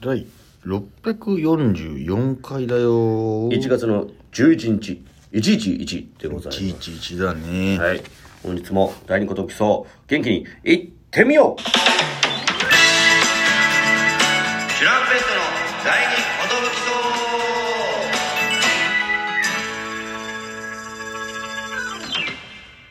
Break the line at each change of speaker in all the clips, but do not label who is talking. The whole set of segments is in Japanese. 第644回だよ
1月の11日111でございます
111だね、
はい本日も第二こときそう元気にいってみようチュランペットの第二こときそう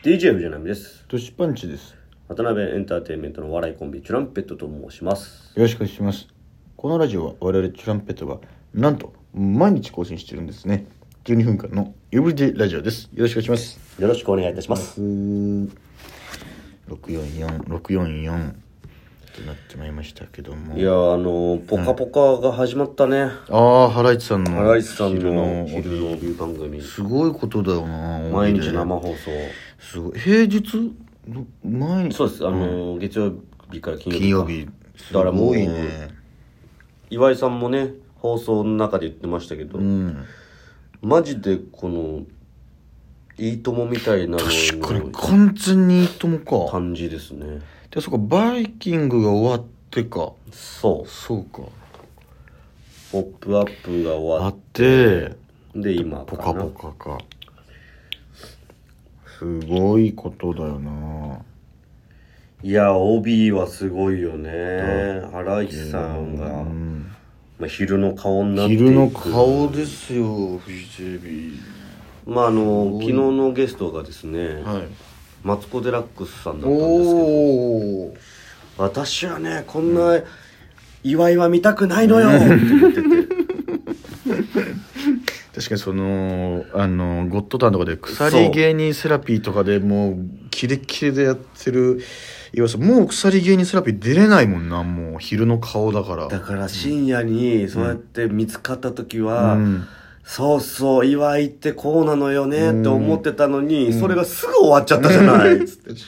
DJ 藤波です
トシパンチです
渡辺エンターテインメントのお笑いコンビチュランペットと申します
よろしくお願いしますこのラジオは我々チュランペットがなんと毎日更新してるんですね12分間のエブリデイラジオですよろしくお願いします
よろしくお願いいたします
644644となってまいりましたけども
いやーあのー「ぽかぽか」が始まったね
ああハライチさんの
新井さんの
昼
昼の帯番組
すごいことだよな
毎日生放送
すごい平日の前に
そうですあのー月曜日から金曜
金曜
日
日
だからもう
すごいね
岩井さんもね放送の中で言ってましたけど
うん
マジでこの「いいとも」みたいなの
確かに完全にいいともか
感じですね
でそっかバイキングが終わってか
そう
そうか
「ポップアップが終
あ
わ
っ
ってで今
ポ
か
カ
な
ポカかすごいことだよない
や帯はすごいよね原市さんが、
うん
まあ、昼の顔になっていく
昼の顔ですよフジテレビ
まああの昨日のゲストがですね、
はい
マツコ・デラックスさんだったんですけど
おお
私はねこんな祝いは見たくないのよって言ってて
確かにそのあのゴッドタンとかで鎖芸人セラピーとかでもうキレッキレでやってる岩井さんもう鎖芸人セラピー出れないもんなもう昼の顔だから
だから深夜にそうやって見つかった時は、
うん
そうそう祝いってこうなのよねって思ってたのに、それがすぐ終わっちゃったじゃ ないつってす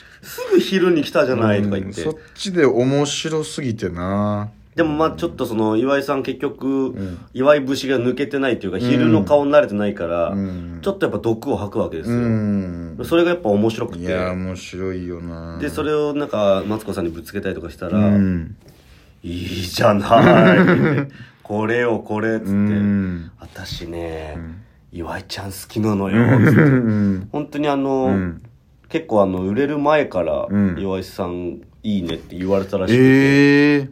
ぐ昼に来たじゃないとか言って、
そっちで面白すぎてな
でもまあちょっとその岩井さん結局、祝い節が抜けてないというか昼の顔に慣れてないから、
うん
ちょっとやっぱ毒を吐くわけです
う
よ、
ん
それがやっぱ面白く
い
て
や面白いよな
でそれをなんかマツコさんにぶつけたりとかしたら、
うん
いいじ ゃない。これをこれっつって。
うん
私ね、岩井ちゃん好きなのよ。つっ
う
て
ん
本当にあの、
ん
結構あの、売れる前から
うん、
岩井さんいいねって言われたらしくて、
ええ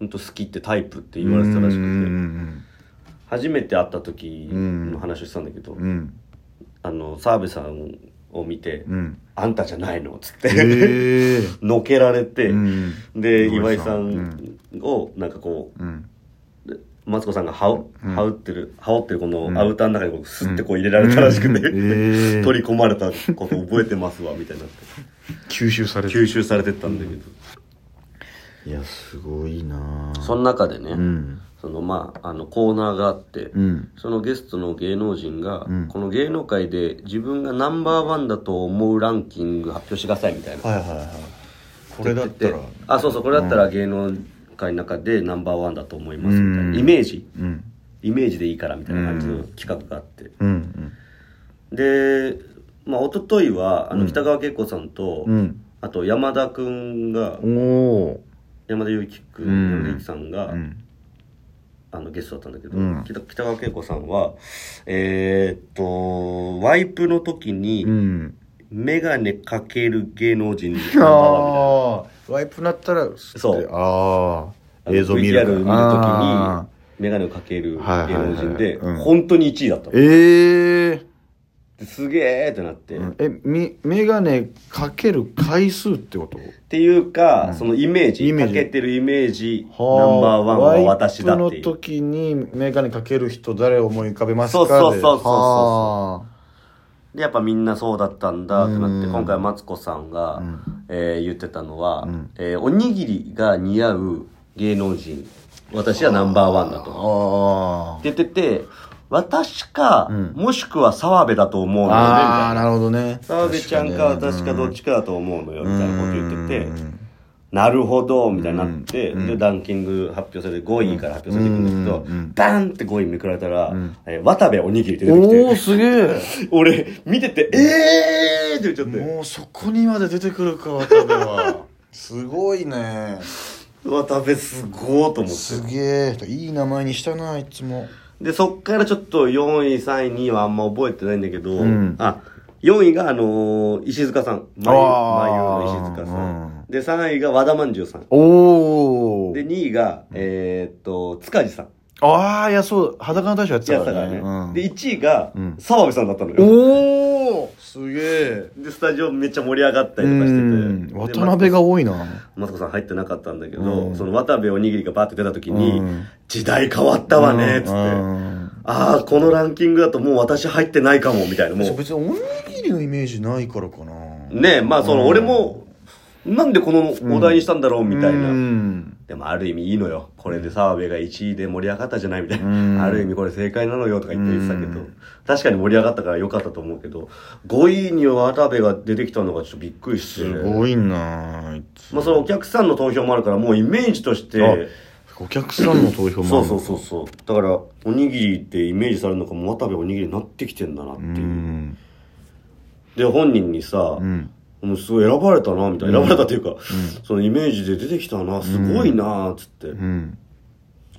本当好きってタイプって言われてたらし
う
くて、
ん
初めて会った時の話をしたんだけど、
うん
あの、澤部さんを見て、
うん
あんたじゃないのつって、
ええ
のけられて、
うん
で、
岩
岩
井
井
さん
さんをなんかこう、
うん
マツコさんが羽織、羽織ってる、羽織ってるこのアウターの中にこうスッてこう入れ
や
られたらしくて、
ええ
取り込まれたこと覚えてますわ、みたいになって。
吸収されて
吸収されてったんだけど。
いやすごいな
その中でね、
うん
そのまあ、あのコーナーがあって、
うん
そのゲストの芸能人が、この芸能界で自分がナンバーワンだと思うランキング発表してくださいみたいな。
はいはいはいこれだった
で
ら
あ、そうそう、これだったら芸能界の中でナンバーワンだと思いますみたいな。イメージ
うん
イメージでいいからみたいな感じの企画があって。
うん
で、まあ、一昨日はあの北川景子さんと、
うん
あと山田君が、
うんおお
山田裕貴君、
うん
山田裕貴さんが、
うん
あのゲストだったんだけど、
うん
北北川景子さんはえーっとワイプの時
う
に
ん
眼鏡かける芸能人に
ああワイプなったら
そう
ああ
あの
映像見
VTR
る
見る時に
あ
眼鏡をかける芸
はいはいはい
能人で、
うん
本当に1位だった
ーええ
ですげーってなって、っ
えみ眼鏡かける回数ってこと
ていうか、そのイメージ
イメージ
かけてるイメージナンバ
はあ
ーワンは私だっ
ワ
てい
イ
う
プの時にメガネかける人誰を思い浮かべますか
そうそうそう
で
そうそうそう
は
でやっぱみんなそうだったんだってなって
うん
今回マツコさんが、えー言ってたのは、
ん
えーおにぎりが似合う芸能人私はナンバーワンだと
あ
って言ってて私か、もしくは澤部だと思うのよねみ
ああー
たいな
なるほどね
澤部ちゃんか私かどっちかだと思うのよみたいなこと言っててなるほどみたいになって、でランキング発表されて5位から発表されていくんだけど、バーンって5位めくられたら、えー渡部おにぎりって出てき
おお
て
ーすげ
俺見ててえーって言っちゃっ
え
て。
もうそこにまで出てくるか渡部はすごいね
渡部すごーと思って
すげえいい名前にしたなあいつも
でそっからちょっと4位3位2位はあんま覚えてないんだけど、
うん
あ4位があのー石塚さんまゆまゆの石塚さん、で3位が和田まんじゅうさん
おお
で2位が、えーっと塚地さん
ああいやそう裸の大将やって
や
た
った
か
かららね、
ね
で1位が
うん
澤部さんだったの
うん
よ、
おおすげえ
でスタジオめっちゃ盛り上がったり
う
とかしてて、
ん
で
渡辺が多いな
マツコさん入ってなかったんだけど、
うん
その渡部おにぎりがバーって出た時に、
うん
時代変わったわねっつって、
うん
ああこのランキングだともう私入ってないかもみたいなも
そう
う
別におにぎりのイメージないからかな
ねえまあその俺も、なんでこのお題にしたんだろうみたいな、
うん
でもある意味いいのよこれで澤部が1位で盛り上がったじゃないみたいな、
うん
ある意味これ正解なのよとか言って言ってたけど、
うん
確かに盛り上がったから良かったと思うけど5位に渡部が出てきたのがちょっとびっくりして
すごいなあいつ
まあ、そのお客さんの投票もあるからもうイメージとして
お客さんの投票も
そ
あ
う
る
そうそうそうだからおにぎりってイメージされるのかも渡部おにぎりになってきてんだなっていうう、
ん
で本人にさ、
うん
もうすごい選ばれたなみたいな選ばれたというか、そのイメージで出てきたなすごいなっつって、
うん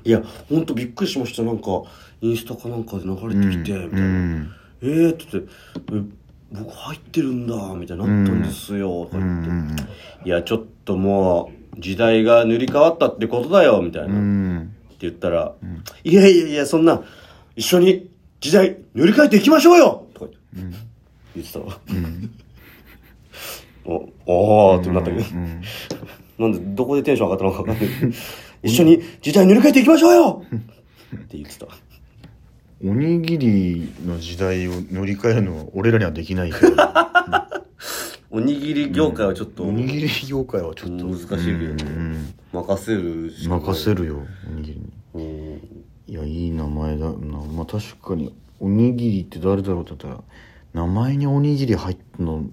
いやほんとびっくりしましたなんかインスタかなんかで流れてきて、みた
う
いな、
ん
えー、っつってえ僕入ってるんだみたいになったんですよ、とか
う
言って、
ん
いやちょっともう時代が塗り替わったってことだよみたい
う
な、って
ん
言ったら、いやいやいやそんな一緒に時代塗り替えていきましょうよとか言って,、言ってたわ、 おおーってなったけど、
うん
なんでどこでテンション上がったのか分かんないけど一緒に時代塗り替えていきましょうよって言ってた
おにぎりの時代を乗り換えるのは俺らにはできないけど
おにぎり業界はちょっと
おにぎり業界はちょっと
難しいけどね
うん
任せるしかない
任せるよおにぎりに
うん
いやいい名前だなまあ確かにおにぎりって誰だろうって言ったら名前におにぎり入っての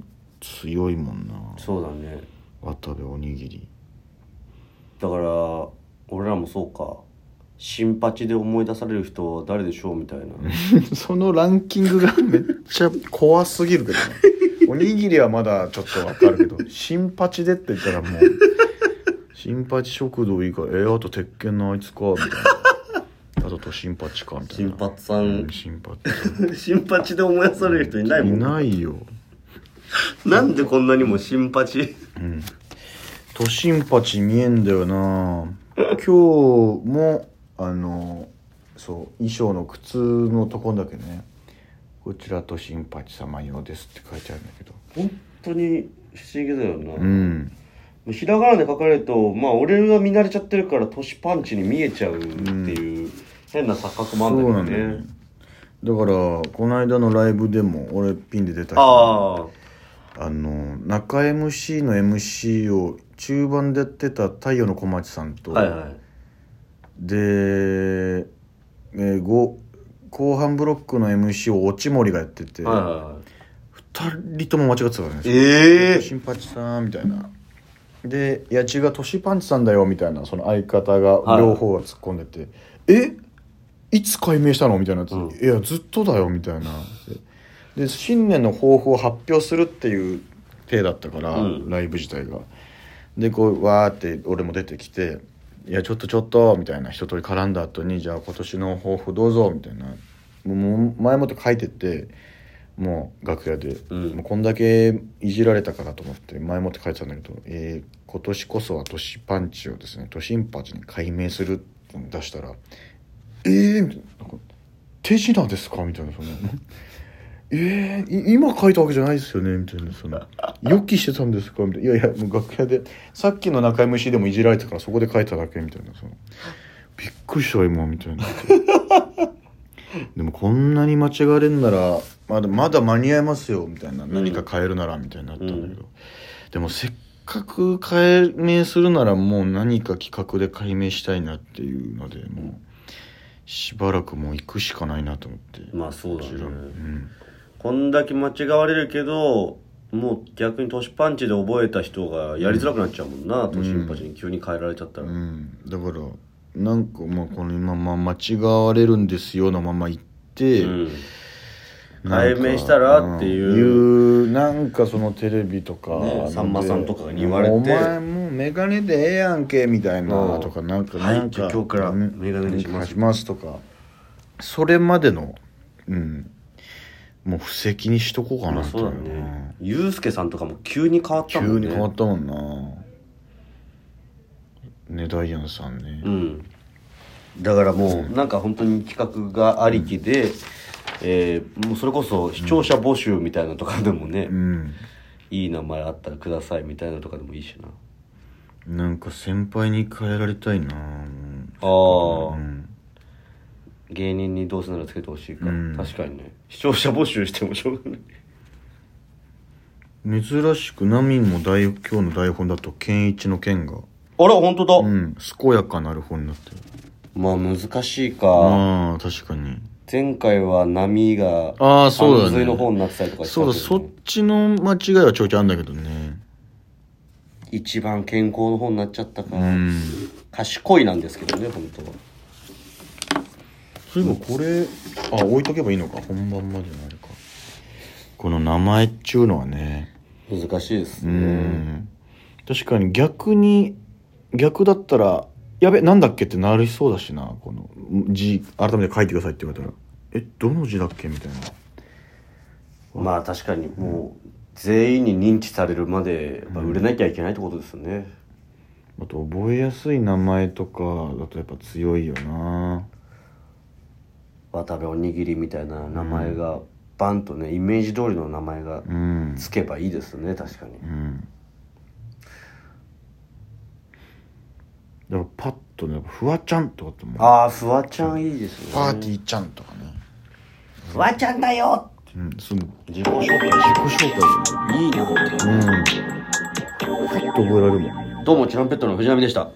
強いもんな
そうだね
渡部おにぎり
だから俺らもそうか新八で思い出される人は誰でしょうみたいな
そのランキングが めっちゃ怖すぎるけどねおにぎりはまだちょっとわかるけ ど新八でって言ったらもう新八食堂いいからえー、あと鉄拳のあいつかみたいなあとと新八かみたいな
新八さ
うんん新八
新八で思い出される人いないもん
いないよ
なんでこんなにも新八
都心八見えんだよな今日もあのそう衣装の靴のとこんだけねこちら都心八様用ですって書いてあるんだけど
本当に不思議だよな、
うん
ひらがなで書かれるとまあ俺が見慣れちゃってるから年パンチに見えちゃうっていう変な錯覚もあるんだ
そうな
よね、
んだよねだからこの間のライブでも俺ピンで出た人
ああ
あの中 MC の MC を中盤でやってた太陽の小町さんと、
はいはい
で、えーご後半ブロックの MC を落ち森がやってて、
はいはいはい
2人とも間違ってたからね
え
新八さんみたいなで「いや違うトシパンチさんだよ」みたいなその相方が
はい
両方が突っ込んでて「えいつ解明したの?」みたいなやつ、
うん
いやずっとだよ」みたいなでで新年の抱負を発表するっていう体だったから、
うん
ライブ自体がでこうわーって俺も出てきて「いやちょっとちょっと」みたいな一通り絡んだ後に「じゃあ今年の抱負どうぞ」みたいなもう前もって書いてってもう楽屋で、
うん
もうこんだけいじられたからと思って前もって書いてたんだけど「えー今年こそは都市パンチをですね都心パンチに改名する」って出したら「えー」みたいななんか手品ですか?」みたいなその。えー、い今書いたわけじゃないですよねみたいなその「 予期してたんですか?」みたいな「いやいやもう楽屋でさっきの中 MC でもいじられたからそこで書いただけ」みたいなその「びっくりした今」みたいなでもこんなに間違われんならまだまだ間に合いますよみたいな何か変えるならみたいになったんだけど、
うん
でもせっかく解明するならもう何か企画で解明したいなっていうのでもうしばらくもう行くしかないなと思って。
えまあそうだね
うん
こんだけ間違われるけどもう逆に年パンチで覚えた人がやりづらくなっちゃうもんな、年パンチに急に変えられちゃったら、
うん、だからなんかまあこのまま間違われるんですよのまま行って、
うん改名したらっていう
うんいうなんかそのテレビとか、
ねさんまさんとかに言われて
お前もうメガネでええやんけ」みたいなとか
うん
なんか
はい
なんか
じゃあ今日からメガネにします
しますとかそれまでのうんもう布石にしとこうか
ま
な
あ
と
そ
いう
だねユうスケさんとかも急に変わったも
急
んね
に変わったもんなねダイアンさんね、
うん、だからもうなんか本当に企画がありきで、えーもうそれこそ視聴者募集みたいなのとかでもね、
うん
いい名前あったらくださいみたいなのとかでもいいしな
なんか先輩に変えられたいな
ああ、
うん
芸人にどうせならつけてほしいから、
うん
確かにね視聴者募集してもしょうがない
珍しくナミンも大今日の台本だと健一の健が
あら本当だ、
うん健やかなる本になってる
まあ難しいか、
ああ確かに
前回は波が
あーそうだね
半髄の方になってたりとかした
そうだ
けど
そっ
ね
ちの間違いはちょいちょいあんだけどね
一番健康の方になっちゃったか、
うん
賢いなんですけどね本当は
そういえばこれあ置いとけばいいのか本番までのあれかこの名前っちゅうのはね
難しいです
う
ね、
ん確かに逆に逆だったら「やべなんだっけ?」ってなりそうだしなこの字改めて書いてくださいって言われたら「えどの字だっけ?」みたいな
まあ確かにもう全員に認知されるまでやっぱ売れなきゃいけないってことですよね、
あと覚えやすい名前とかだとやっぱ強いよな
渡部おにぎりみたいな名前がバンとねイメージ通りの名前が
うん
つけばいいですね確かに
うんだからパッとね「フワちゃん」とかっても
ああフワちゃんいいですね
パーティーちゃん」とかね
フワちゃんだよ
うんその自
自己紹
己
介
紹介だよね
いいね本当に
うんパッと覚えられるもんね
どうもチランペットの藤波でした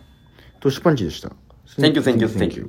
トシパンチでした。
Thank you, thank you, thank you.